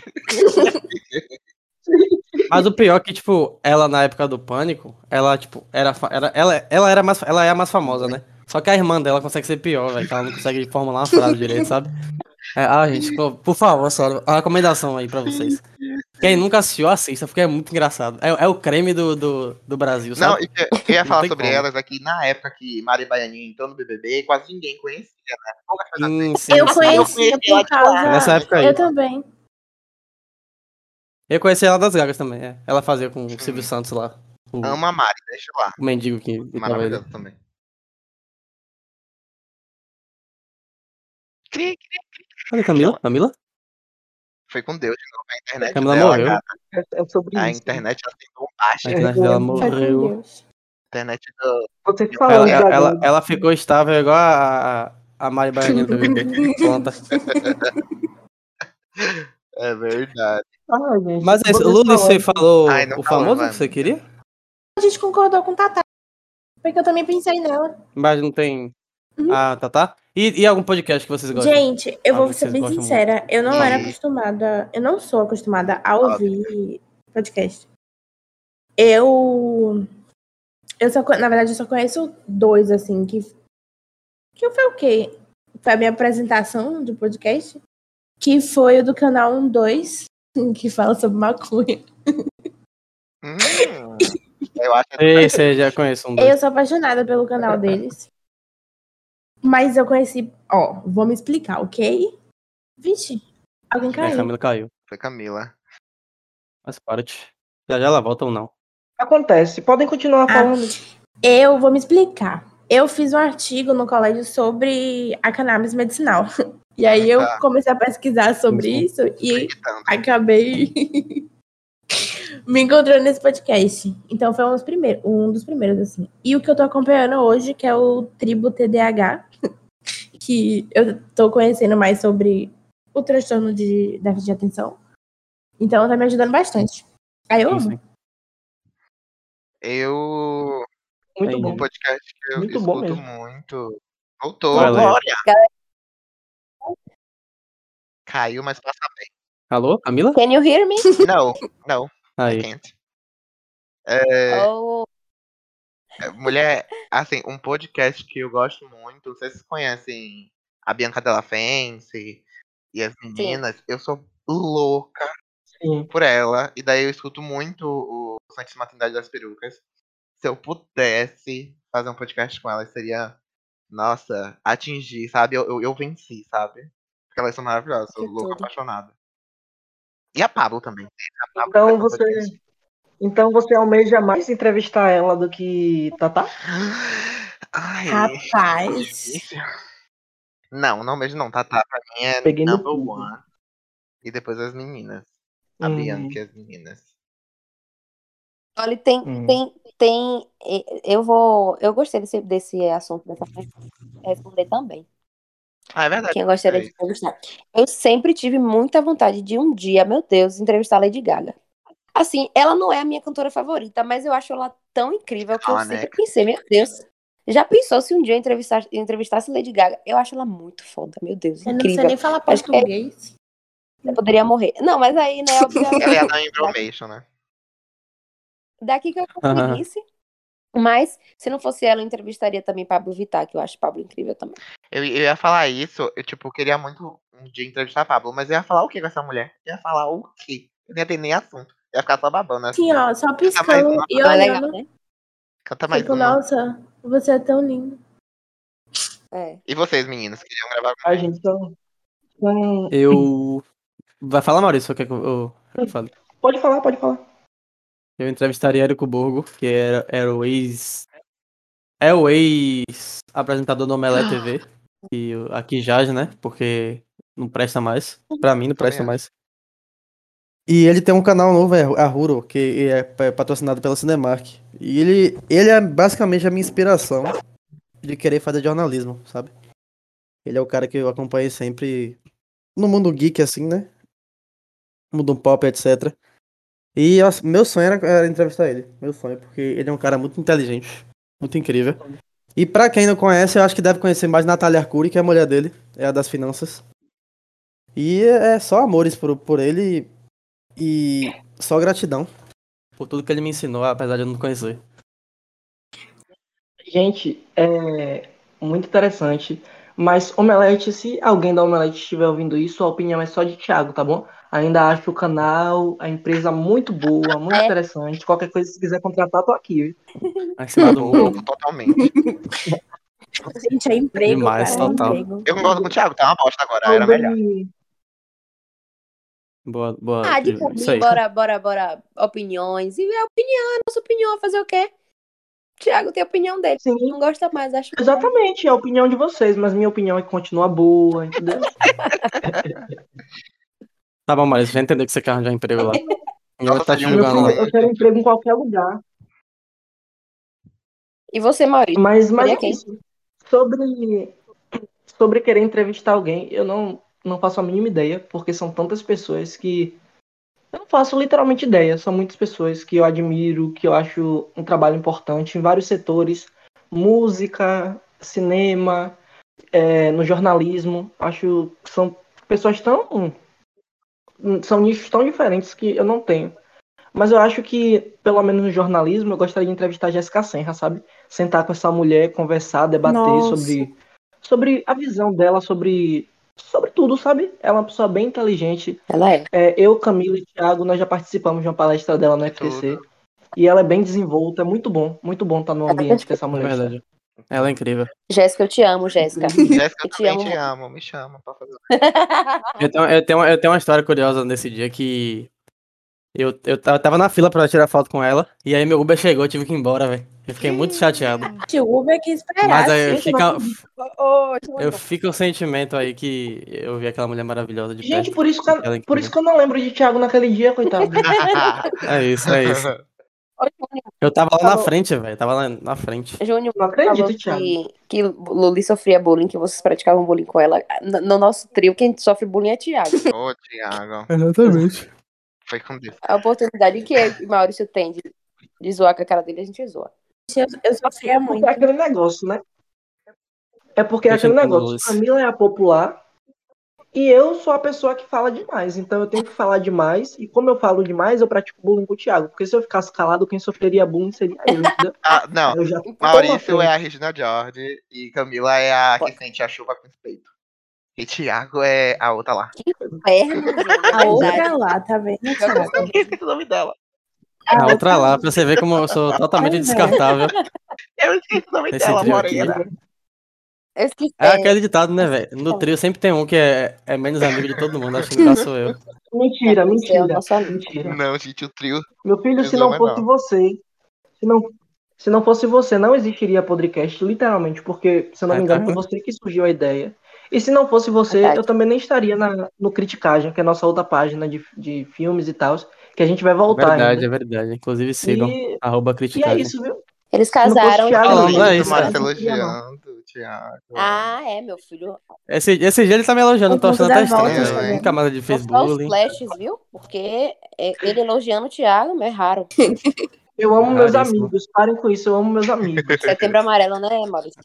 Mas o pior é que, tipo, ela na época do pânico, ela, tipo, era. fa- era ela, ela, era mais, ela é a mais famosa, né? Só que a irmã dela consegue ser pior, velho. Que ela não consegue formular uma frase direito, sabe? É, ah, gente, co- por favor, só uma recomendação aí pra vocês. Quem nunca assistiu, assista, porque é muito engraçado. É, é o creme do, do, do Brasil, Não, sabe? e que- eu ia Não falar tem sobre como. elas aqui na época que Mari Baianinha entrou no BBB, quase ninguém conhecia, né? Poucas pessoas Sim, Hum, sim, Eu sim. conhecia conheci ela por de lá. causa. Nessa época aí. Eu também. Eu conheci ela das Gagas também, é. Ela fazia com o Silvio Santos lá. O, Ama a Mari, deixa lá. o mendigo que imitava ele. Maravilhoso também. Cri, cri. Cadê Camila? Camila? Foi com Deus de novo, a internet Camila dela, morreu. gata. É sobre A isso. internet ela tem A bombaixa. internet dela Foi com né? morreu. Deus. internet do... Você Ela, falando ela, da ela, gaga. ela ficou estável igual a, a- a Mari Baianinha do BBB. Pronta. É verdade. Ah, gente, Mas é isso. vocês Lula, você falando- falou Ai, não o falou, famoso vai, que você amiga. queria? A gente concordou com o Tatá. Porque eu também pensei nela. Mas não tem. Uhum. Ah, tá, tá. E, e algum podcast que vocês gostam? Gente, eu Ah, vou vocês ser bem gostam muito. sincera. Eu não Sim. era acostumada. Eu não sou acostumada a Óbvio. ouvir podcast. Eu. Eu só, co- na verdade, eu só conheço dois, assim, que. Que foi o quê? Foi a minha apresentação de podcast. Que foi o do canal 12, que fala sobre maconha. Hum, eu acho que Ei, você já conhece um dois. Eu sou apaixonada pelo canal deles. Mas eu conheci. Ó, vou me explicar, ok? Vixe, alguém É, caiu. Camila caiu. foi Camila. Mas parte. Já já ela volta ou não. Acontece. Podem continuar Ah. falando. Eu vou me explicar. Eu fiz um artigo no colégio sobre a cannabis medicinal. E aí eu Tá. comecei a pesquisar sobre Uhum. isso e Gritando. acabei me encontrando nesse podcast. Então foi um dos primeiros, um dos primeiros assim. E o que eu tô acompanhando hoje, que é o Tribo TDAH, que eu tô conhecendo mais sobre o transtorno de déficit de atenção. Então tá me assim? ajudando bastante. Aí eu Sim, amo. sim. Eu. Muito Ainda. bom. Um podcast que eu né? Muito escuto bom mesmo. muito. Voltou, Vai, Léo. Glória! Caiu, mas passa Alô, Camila? Can you hear me? bem. Não, não, I Aí. can't. É, Oh, mulher, assim, um podcast que eu gosto muito. Vocês conhecem a Bianca Della Fence e as meninas? Eu sou louca Sim. por ela. E daí eu escuto muito o Santíssima Trindade das Perucas. Se eu pudesse fazer um podcast com elas, seria. Nossa, atingir, sabe? Eu, eu, eu venci, sabe? Porque elas são maravilhosas, sou Que louca, tudo. apaixonada. E a Pablo também. A Pablo Então faz um você- podcast. Então você almeja mais entrevistar ela do que Tatá? Ai, Rapaz. difícil. Não, não mesmo não, Tatá pra mim é Peguei no number pulo. one. E depois as meninas. A Hum. Bianca e as meninas. olha, tem, Hum. tem, tem. e- Eu vou. Eu gostei desse, desse assunto dessa responder também. Ah, é verdade. Quem eu gostaria de entrevistar. Eu sempre tive muita vontade de um dia, meu Deus, entrevistar a Lady Gaga. Assim, ela não é a minha cantora favorita, mas eu acho ela tão incrível que eu Ah, né? sempre pensei, meu Deus. Já pensou se um dia eu entrevistar, eu entrevistasse Lady Gaga? Eu acho ela muito foda, meu Deus, Eu não sei incrível. nem falar Acho que é- português. Eu poderia morrer. Não, mas aí, né, obviamente, Ela é da Embromation, né? daqui que eu Aham. conseguisse. Mas, se não fosse ela, eu entrevistaria também Pablo Vittar, que eu acho Pablo incrível também. Eu, eu ia falar isso, eu tipo, queria muito um dia entrevistar a Pablo, mas eu ia falar o que com essa mulher? Eu ia falar o quê? Eu não ia ter nem assunto. Eu ia ficar só babando, né? Sim, ó, só mais piscando uma. e Mas é legal, olhando. né? Canta tá mais Tipo, uma. nossa, você é tão lindo. É. E vocês, meninas, queriam gravar A gente tá são. são- Eu. Vai falar, Maurício, o que é que eu, eu, eu falo? Pode falar, pode falar. Eu entrevistaria Érico Borgo, que era, era o ex. É o ex-apresentador do Omelé TV. E eu- aqui jaz, né? Porque não presta mais. Pra mim, não Uhum. Também presta acho. mais. E ele tem um canal novo, é a Huro, que é pa- patrocinado pela Cinemark. E ele, ele é basicamente a minha inspiração de querer fazer jornalismo, sabe? Ele é o cara que eu acompanhei sempre no mundo geek, assim, né? Mundo pop, etc. E eu- meu sonho era, era entrevistar ele. Meu sonho, porque ele é um cara muito inteligente, muito incrível. E pra quem não conhece, eu acho que deve conhecer mais Natália Arcuri, que é a mulher dele, é a das finanças. E é é só amores por, por ele e e só gratidão por tudo que ele me ensinou, apesar de eu não conhecer. Gente, é muito interessante. Mas Omelete, se alguém da Omelete estiver ouvindo isso, a opinião é só de Thiago, tá bom? Ainda acho o canal, a empresa muito boa, muito É. interessante. Qualquer coisa, se quiser contratar, tô aqui. viu? Mas tá se lá do mundo. Louco, totalmente. Gente, é emprego, Demais, cara. É total. emprego. Eu concordo com o Thiago, tá uma bosta agora, era Alguém- melhor. Boa, boa. Ah, de por isso mim, aí. bora, bora, bora. Opiniões. E é opinião, é nossa opinião, fazer o quê? Tiago tem a opinião dele. Sim, Não gosta mais, acho. exatamente, é a opinião de vocês, mas minha opinião é que continua boa, entendeu? Tá bom, Maurício, já entendeu que você quer arranjar emprego lá. Ninguém vai Nossa, estar te seria um Eu, julgando, sonho. não. quero- eu quero emprego em qualquer lugar. E você, Maurício? Mas, mas Seria é quem? isso. Sobre, sobre querer entrevistar alguém, eu não, não faço a mínima ideia, porque são tantas pessoas que. Eu não faço literalmente ideia. São muitas pessoas que eu admiro, que eu acho um trabalho importante em vários setores música, cinema, é, no jornalismo. Acho que são pessoas tão. São nichos tão diferentes que eu não tenho. Mas eu acho que, pelo menos no jornalismo, eu gostaria de entrevistar a Jéssica Senra, sabe? Sentar com essa mulher, conversar, debater Nossa. sobre sobre a visão dela, sobre sobre tudo, sabe? Ela é uma pessoa bem inteligente. Ela é. É, eu, Camila e Thiago, nós já participamos de uma palestra dela no Que FTC. E ela é bem desenvolta, é muito bom, muito bom estar no Ela é ambiente que essa É mulher está. verdade. Ela é incrível. Jéssica, eu te amo, Jéssica. Jéssica, eu Eu te também amo te muito. amo, me chama pra fazer. Eu tenho, eu, tenho, eu tenho uma história curiosa nesse dia que eu, eu ta- eu tava na fila pra tirar foto com ela, e aí meu Uber chegou, eu tive que ir embora, velho. Eu fiquei muito chateado. Gente, o Uber que é, Mas esperasse. aí eu gente, eu não fica, Uhum. Ô, ô, eu fico o sentimento aí que eu vi aquela mulher maravilhosa de Gente, perto. por isso, que Ela é eu, por isso que eu não lembro de Thiago naquele dia, coitado. É isso, é isso. Ô, Eu tava lá na Falou. frente, velho. Tava lá na frente. Júnior Não acredito, falou que, Thiago. que Luli sofria bullying, que vocês praticavam bullying com ela. No, no nosso trio, quem sofre bullying é Tiago. Ô, Thiago, Exatamente. foi com Deus. A oportunidade que eu e Maurício tem de, de zoar com a cara dele, a gente zoa. eu, eu sofria Porque muito. é aquele negócio, né? É porque é Deixa aquele eu pôr negócio. luz. Camila é a popular e eu sou a pessoa que fala demais. Então eu tenho que falar demais. E como eu falo demais, eu pratico bullying com o Thiago. Porque se eu ficasse calado, quem sofreria bullying seria eu, entendeu? Ah, não. Eu já tô Maurício na é a Regina George e Camila é a que Pode. sente a chuva com respeito. E Thiago é a outra lá. Inferno, Bruna, A outra verdade. lá, tá vendo? Eu esqueci o nome dela. É, A tá outra lá, pra você ver como eu sou totalmente Pois é. descartável. Eu esqueci o nome Esse dela, trio aqui. Morena. Eu esqueci. É aquele ditado, né, velho? No trio sempre tem um que é, é menos amigo de todo mundo, acho que no caso sou eu. Mentira, Você é o mentira. nosso amigo. Mentira. Não, gente, o trio. Meu filho, se Resumo não é fosse não. você, se não, se não fosse você, não existiria podcast, literalmente, porque, se eu não me engano, foi Caraca. você que surgiu a ideia. E se não fosse você, Verdade. eu também nem estaria na, no Criticagem, que é a nossa outra página de, de filmes e tal, que a gente vai voltar verdade, ainda. é verdade. Inclusive sigam, E, arroba e é criticagem. isso, viu? Eles fosse casaram. Thiago, então. não, Lindo, não é isso, Márcio né? elogiando, Thiago. Ah, é, meu filho. Esse, esse dia ele tá me elogiando, O tô achando ponto até da volta, estranho. tá velho. vendo? Nunca mais ele Vou fez ficar os bullying. flashes, viu? Porque é, ele elogiando o Thiago, mas é raro. Eu amo meus Raríssimo. amigos, parem com isso, eu amo meus amigos. Setembro amarelo, né, Maurício?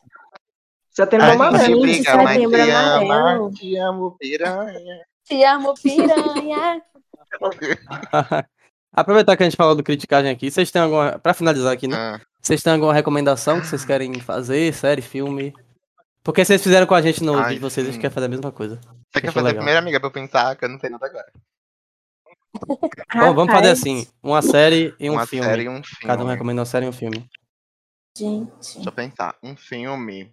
Setembro A amarelo. gente Gente, briga, mas setembro te ama, amarelo. te amo, piranha. Ah, Te amo, piranha. Aproveitar que a gente falou do criticagem aqui, vocês têm alguma. Pra finalizar aqui, né? Ah, Vocês têm alguma recomendação que vocês querem fazer? Série, filme? Porque vocês fizeram com a gente no Ai, vídeo de vocês, a gente sim. quer fazer a mesma coisa. Você quer Achei fazer a é legal. primeira amiga pra eu pensar que eu não sei nada agora. Bom, vamos fazer Rapaz, assim: uma série e um uma filme. série e um filme. Cada um recomenda uma série e um filme. Gente. Deixa eu pensar. Um filme.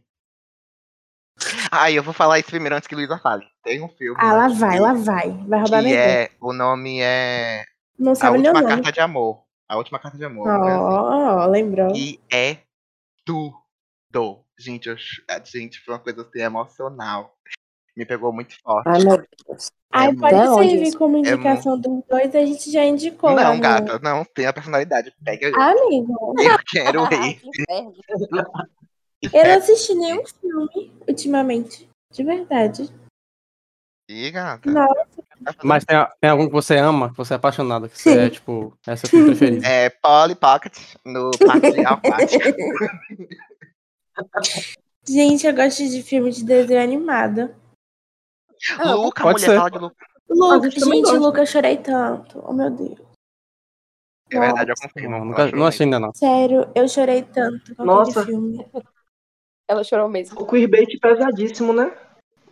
Ah, eu vou falar isso primeiro antes que Luísa fale. Tem um filme. Ah, lá que- vai, lá vai. Vai roubar Que minha ideia. é. O nome é. Não A sabe nem o última nome. carta de amor. A última carta de amor. uma coisa assim. Ó, lembrou. E é tudo. Gente, eu, ch- ah, gente, foi uma coisa assim emocional. Me pegou muito forte. Ah, Ai, Ah, meu Deus. Aí é pode muito- Da onde servir isso? como É indicação dos dois, a gente já indicou. lá não, no- gata, não. Tem a personalidade. Pega eu. Amigo, Eu quero ir. Ah, Que inferno. eu é não assisti nenhum filme ultimamente. De verdade. Ih, gata. Não. tá fazendo- Mas tem, tem algum que você ama, que você é apaixonado, que você é, tipo, é seu filme preferido. É Polly Pocket no Parque de Alpate. Gente, eu gosto de filme de desenho animado. Ah, Luca, a pode mulher ser. fala de Luca. Luca, gente também gente, gosta. Luca, eu chorei tanto. Oh, meu Deus. É verdade, eu confirmo. Não, ela nunca, chorou não mesmo. assisti ainda, não. Sério, eu chorei tanto com Nossa. aquele filme. Ela chorou mesmo. O queerbait pesadíssimo, né?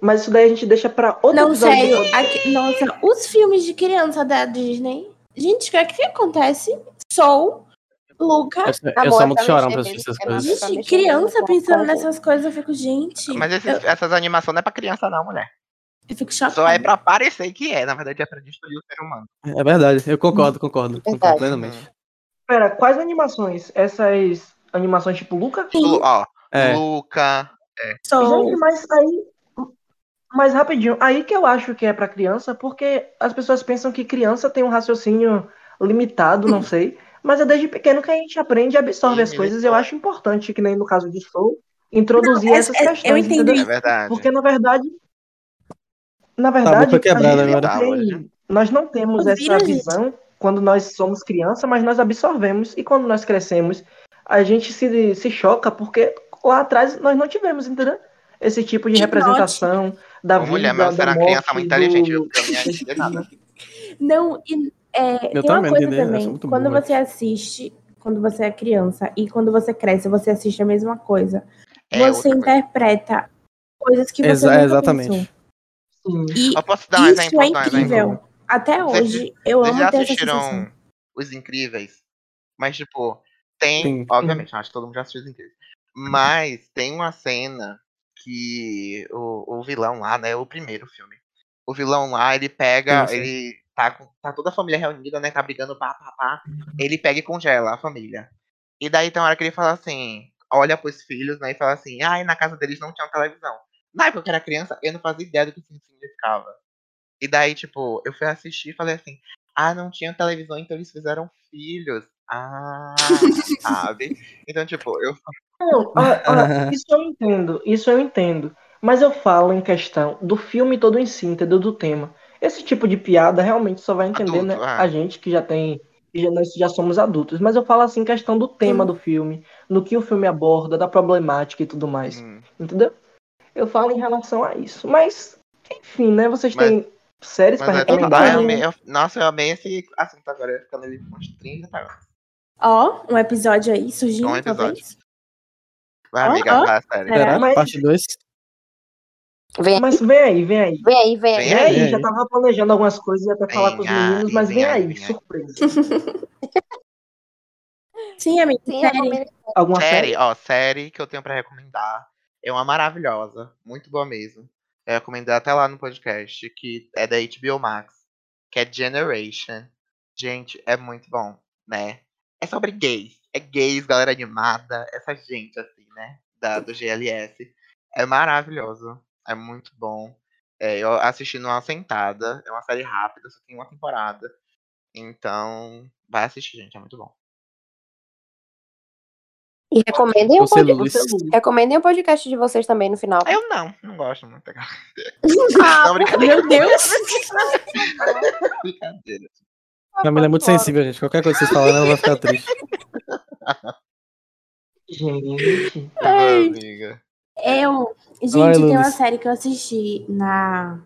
Mas isso daí a gente deixa pra outro Não, episódio. sério. aqui- nossa, os filmes de criança da Disney. Gente, o que é que acontece? Sou Luca. Eu, sou- eu Amor, sou é muito pra chorão mexer pra assistir mesmo, essas é coisas. massa. Gente, criança mexendo pensando com a gente. nessas coisas, eu fico, gente. Mas esses- eu, essas animações não é pra criança, não, mulher. eu fico Só é chocada. pra parecer que é. Na verdade, é pra destruir o ser humano. É verdade, eu concordo, concordo. Verdade. Concordo plenamente. Pera, quais animações? Essas animações tipo Luca? Sim, Lu- ó, É, Luca. sou. Gente, mas aí. Mas rapidinho, aí que eu acho que é pra criança, porque as pessoas pensam que criança tem um raciocínio limitado, não sei. Mas é desde pequeno que a gente aprende e absorve Sim, as ele- coisas. Eu acho importante, que nem no caso de Soul, introduzir tá. Não, é- essas é- eu questões. entendo entendeu? É verdade. Porque na verdade. Na Tabu verdade, foi a quebrado gente não Tá, agora. tem, nós não temos Vírus, essa gente. visão quando nós somos criança, mas nós absorvemos. E quando nós crescemos, a gente se, se choca porque lá atrás nós não tivemos, entendeu? Esse tipo de Que representação da Ô, vida, mulher, mas você da era morte, criança muito inteligente, do... viu? Porque eu não ia entender nada. Não, e é, Eu tem uma também, coisa entendeu? Eu também. sou muito quando burro. você assiste, quando você é criança e quando você cresce, você assiste a mesma coisa. É você outra coisa. interpreta coisas que você Exa- nunca pensou. exatamente. Sim. E Eu posso dar um isso exemplo? é dar um exemplo? incrível. Até Vocês- hoje, eu Vocês já amo ter essa sensação. assistiram Os Incríveis? Mas, tipo, tem. Sim. Obviamente, acho que todo mundo já assistiu Os Incríveis. Uhum. Mas tem uma cena que o, o vilão lá, né? O primeiro filme. O vilão lá, ele pega. Sim, sim. Ele tá, com, tá toda a família reunida, né? Tá brigando, pá, pá, pá. Uhum. Ele pega e congela a família. E daí tem uma hora que ele fala assim. Olha pros filhos, né? E fala assim: ai, na casa deles não tinha televisão. Na época que eu era criança, eu não fazia ideia do que isso significava. E daí, tipo, eu fui assistir e falei assim: ah, não tinha televisão, então eles fizeram filhos. Ah, sabe? Então, tipo, eu. Não, ah, ah, isso eu entendo, isso eu entendo. Mas eu falo em questão do filme todo em si, entendeu? Do tema. Esse tipo de piada realmente só vai entender, Adulto, né? é. A gente que já tem e já- nós já somos adultos. Mas eu falo assim, questão do tema do filme, no que o filme aborda, da problemática e tudo mais. Hum, Entendeu? Eu falo em relação a isso. Mas, enfim, né? Vocês Mas- têm séries Mas é pra tudo. Ah, recomendar? eu amei, eu- nossa, eu amei esse assunto agora. Ia ficando ali com uns 30 tá? Ó, um episódio aí surgindo, Um episódio. talvez. Vai, Ó, amiga, ó. vai, sério. Será? Será? Mas- Parte 2? Vem, Mas vem aí, vem aí. vem aí, vem Vem aí. Vem aí, aí, já tava planejando algumas coisas, ia até Vem falar com os aí, meninos, mas vem vem aí, aí, vem aí. surpresa. Sim, amigo. Sim, eu sério. combino. Alguma série? Série, ó, série que eu tenho pra recomendar. É uma maravilhosa, muito boa mesmo. Eu recomendei até lá no podcast, que é da HBO Max, que é Generation. Gente, é muito bom, né? É sobre gays. É gays, galera animada, essa gente assim, né? Da, do GLS. É maravilhoso, é muito bom. É, eu assisti numa sentada, é uma série rápida, só tem uma temporada. Então, vai assistir, gente, é muito bom. E recomendem o, Você, pod... Luiz. Você, é Lu. recomendem o podcast de vocês também no final. Eu não, não gosto muito. Ah, Não, brincadeira. meu Deus! Brincadeira. Camila é muito sensível, gente. Qualquer coisa que vocês falarem, ela vai ficar triste. Gente, Ai. Não, amiga. Eu, É um, gente, Vai, tem uma Lourdes. série que eu assisti na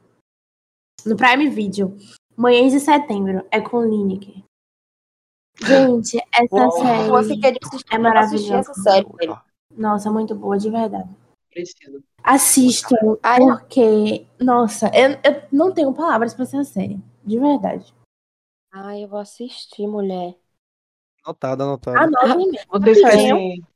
no Prime Video, Manhãs de Setembro, é com Lineker. Gente, essa Uau. série Eu fiquei de assistir, é assistir maravilhosa. essa série, velho. Nossa, é muito boa, de verdade. preciso. Assistam, Ai, não. porque, nossa, eu, eu não tenho palavras pra essa série, de verdade. Ai, eu vou assistir, mulher. Anotado, anotado. Anotem mesmo. Vocês Rapidinho. querem...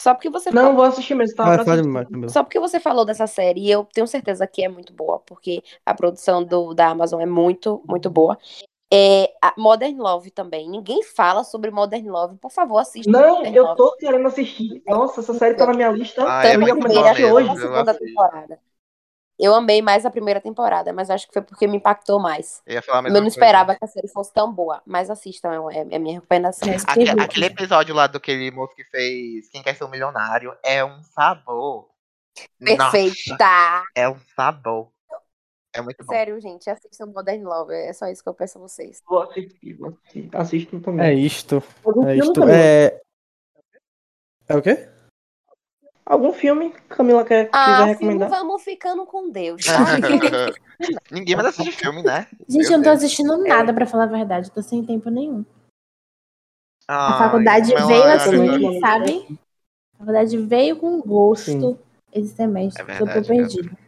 Só porque você é Não, vou assistir mesmo, tava Vai, pra fala assistir. demais, Camila. Só porque você falou dessa série, e eu tenho certeza que é muito boa, porque a produção do, da Amazon é muito, muito boa. É, a Modern Love também. Ninguém fala sobre Modern Love. Por favor, assista. Não, Modern eu Love. tô querendo assistir. Nossa, essa série tá na minha lista. Ah, é Tanto eu ia a muito começar a primeira boa assistir mesmo. quanto a segunda viu? hoje. Assim, temporada. Eu amei mais a primeira temporada, mas acho que foi porque me impactou mais. Eu ia falar a Eu mesma não coisa. esperava que a série fosse tão boa, mas assistam, é, é a minha recomendação. Mas Aque- terrível. Aquele, episódio lá do aquele moço que fez Quem Quer Ser um Milionário é um sabor. Nossa, Perfeita! é um sabor. É muito bom. Sério, gente, assistam Modern Love. É só isso que eu peço a vocês. Vou assistir, vou assistir. Assistam também. É isto. Algum É filme, isto. Camila? É. É o quê? Algum filme que Camila quer, quiser Ah, filme, recomendar? vamos ficando com Deus, tá? Ninguém mais assiste filme, né? Gente, Meu eu não tô Deus. assistindo nada, pra falar a verdade, tô sem tempo nenhum. A Ai, faculdade não, veio ai, assim, meu Deus. verdade. sabe? A faculdade veio com gosto Sim. esse semestre, É que eu tô verdade, cara. perdida.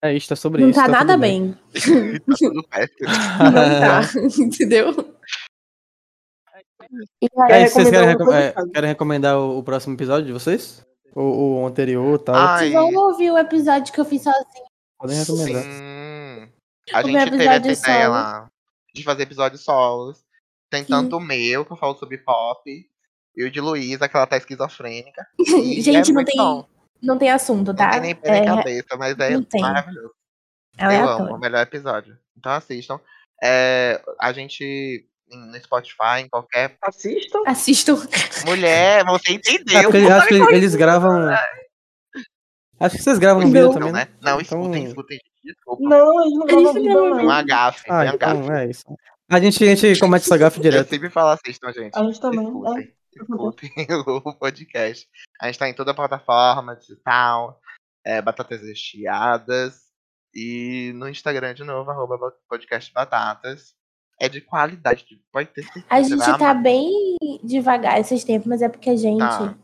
É isto, é sobre Não isso. tá nada tudo bem. Tá tudo péssimo. Não tá, entendeu? E É aí, isso, vocês querem, recomendar reco- alguma coisa, é, Thiago? querem recomendar o, o próximo episódio de vocês? Ou o anterior e tal? Ai, Vocês vão ouvir o episódio que eu fiz sozinha. Podem recomendar. Sim. A O meu gente teve essa episódio ideia solo. lá de fazer episódios solos. Tem Sim. tanto o meu, que eu falo sobre pop, e o de Luísa, que ela tá esquizofrênica. E Gente, é não muito tem, bom. não tem assunto, Não tá? tem nem pé nem É cabeça, mas é não tem. maravilhoso. Eu amo, é o aleatório. melhor episódio. Então assistam. É, a gente em- no Spotify, em qualquer. Assistam. Assistam. Mulher, É, você entendeu? porque Não acho que sabe eles gravam. Acho que vocês gravam no vídeo Não. qual- também, né? né? Não, Então- escutem, escutem. Desculpa. Não, eles não gravam Eles não vídeo, gravam Um não. agafe, Ah, foi um então agafe. é isso. A gente, a gente comete essa gafe Eu direto. sempre falo assistam, gente. A gente também. né? Escutem, escutem o podcast. A gente tá em toda a plataforma digital, é, Batatas Recheadas. E no Instagram de novo, arroba ba- podcast Batatas. É de qualidade, tipo, pode ter certeza. A você vai gente tá amar. bem devagar esses tempos, mas é porque a gente. Tá.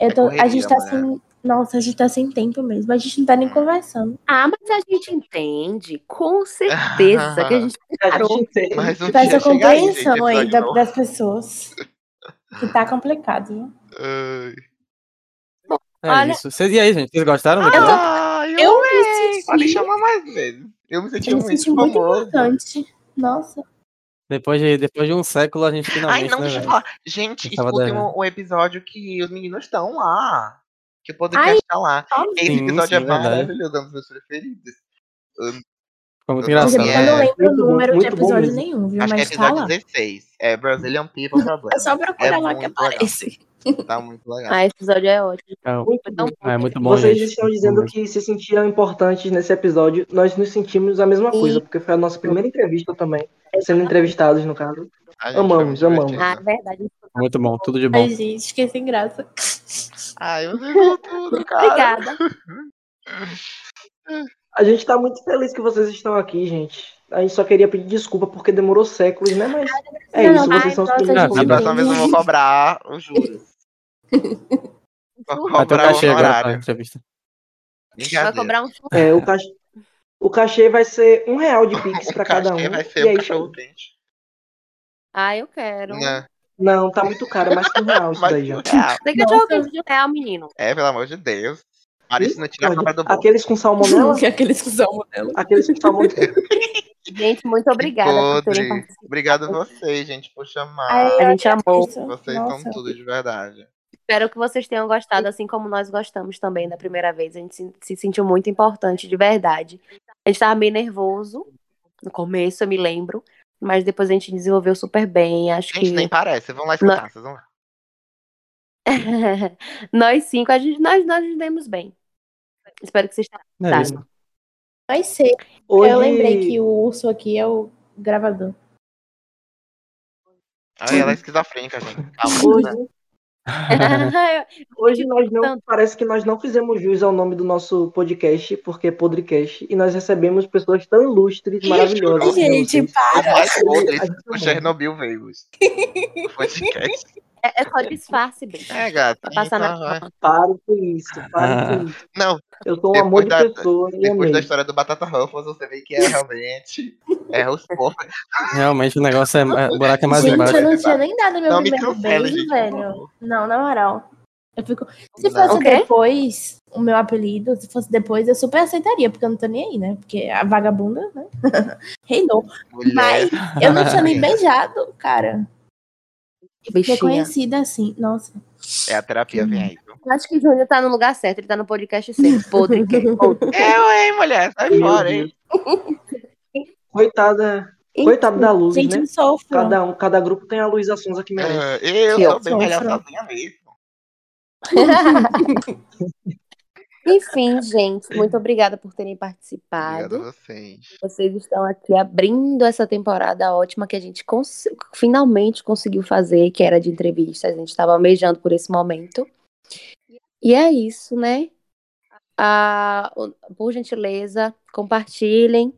eu É tô, a correria, gente tá mulher. É. sem. Nossa, a gente tá sem tempo mesmo. A gente não tá nem conversando. Ah, mas a gente entende, com certeza, que a gente A gente parou. entende. Mas um Tá dia essa chega aí, gente, compreensão aí episódio da- novo. das pessoas. Que tá complicado, viu? Ai, É Olha- isso. Vocês, e aí, gente? Vocês gostaram do episódio? Ai, eu, Eu amei! me Podem senti- chamar mais vezes. Eu me senti Eu me muito senti muito famoso. importante. Nossa. Depois, de, depois de um século, a gente finalmente. Ai, não, né, deixa eu velho? falar. Gente, Eu tava escutem devendo. o, o episódio que os meninos estão lá. Que o podcast tá lá. óbvio. Esse Sim, episódio sim, é verdade. maravilhoso, é um dos meus preferidos. Ficou muito Nossa, Mas engraçado. é porque é eu não né? lembro muito o bom, número de muito bom episódio mesmo. nenhum, viu? Acho que é Mas tá lá. episódio 16. É Brazilian People Problem. É só procurar lá que muito aparece. legal. Tá muito legal. Ah, esse episódio é ótimo. Então, Foi tão bom. é muito bom, Vocês gente. estão dizendo que se sentiram importantes nesse episódio. Nós nos sentimos a mesma Sim. coisa, porque foi a nossa primeira entrevista também. sendo entrevistados, no caso. A gente Amamos, foi muito amamos. Ah, divertido. é verdade. Muito bom, tudo de Ai, bom. gente, esqueci sem graça. Ah, Ai, vocês vão tudo, cara. Obrigada. A gente tá muito feliz que vocês estão aqui, gente. A gente só queria pedir desculpa porque demorou séculos, né? Mas é Não, isso, ai, vocês são os nossa, primeiros. gente. Da próxima vez eu vou cobrar os juros. Vou Vai ter o cobrar o cachê agora pra honorário. entrevista. Vai Brincadeira. cobrar um churro. É, o cachê, o cachê vai ser um real de pix pra cada um. Cachê vai e ser o é isso aí. cachorro quente. Ah, eu quero. Né? Não, tá muito caro, é mais que um real isso daí já. Mas, ah, Tem que jogar Nossa. um real, menino. é, pelo amor de Deus. Marisa não tira a cobra do bolso. Aqueles com salmonela, Que é aquele exclusão dela. aqueles com salmonela. Gente, muito obrigada por terem Podre. participado. Obrigado a vocês, gente, por chamar. A gente é amou. vocês são tudo de verdade. Espero que vocês tenham gostado, assim como nós gostamos também da primeira vez. A gente se, se sentiu muito importante, de verdade. A gente estava meio nervoso no começo, eu me lembro. Mas depois a gente desenvolveu super bem. Acho Gente, que. nem parece. Vão lá escutar, vocês vão lá. nós cinco, a gente, nós, nós nos demos bem. Espero que vocês tenham É isso. Vai ser. Hoje... Eu lembrei que o urso aqui é o gravador. Ai, ela é esquizofrênica, gente. Calma, né? Hoje, hoje Tipo, nós não, parece que nós não fizemos jus ao nome do nosso podcast, porque é Podrecast, e nós recebemos pessoas tão ilustres, maravilhosas. como Gente, vocês. O mais podre A gente o amou. Chernobyl veio. hoje. O podcast. é, é só disfarce, bicho. É, gata. Pra passar na então vai. cama. Pare com isso, Ah. pare com isso. Não, Eu sou um amor de Depois da- pessoa e depois amei. da história do Batata Ruffles, você vê que é realmente. É os pobres. Realmente o negócio é. é- O buraco é mais gente, embaixo. eu não tinha nem dado meu Não me primeiro cancela, beijo, gente. por velho. favor. Não, na moral. Eu fico. Se Não. fosse O quê? depois o meu apelido, se fosse depois, eu super aceitaria, porque eu não tô nem aí, né? Porque a vagabunda, né? Reinou. Mulher. Mas eu não tinha nem beijado, cara. Eu fiquei Bichinha. conhecida assim. Nossa. É a terapia, vem aí. viu? Eu Acho que o Júnior tá no lugar certo, ele tá no podcast certo. Podre, que é podre. Eu, hein, mulher? Sai Meu fora, hein? Deus. Coitada, coitada da luz, Gente, né? eu sofro. Cada, um, cada grupo tem a Luísa Sonza que merece. Ah, Eu Que sou bem opção, melhor Fran. sozinha mesmo. Enfim, gente, muito obrigada por terem participado. Obrigado a vocês. Vocês estão aqui abrindo essa temporada ótima que a gente cons- finalmente conseguiu fazer, que era de entrevistas. A gente estava almejando por esse momento. E é isso, né? Ah, o- por gentileza, compartilhem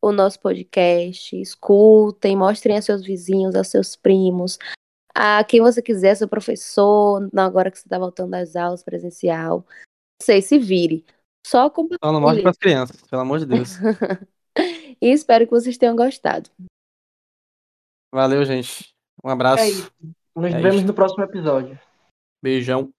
o nosso podcast, escutem, mostrem aos seus vizinhos, aos seus primos, a quem você quiser, seu professor, na- agora que você está voltando às aulas presencial. Não sei, se vire. Só compartilhem. Só Então, não mostra pras crianças, pelo amor de Deus. E espero que vocês tenham gostado. Valeu, gente. Um abraço. É isso. Nos É vemos isso. É no próximo episódio. Beijão.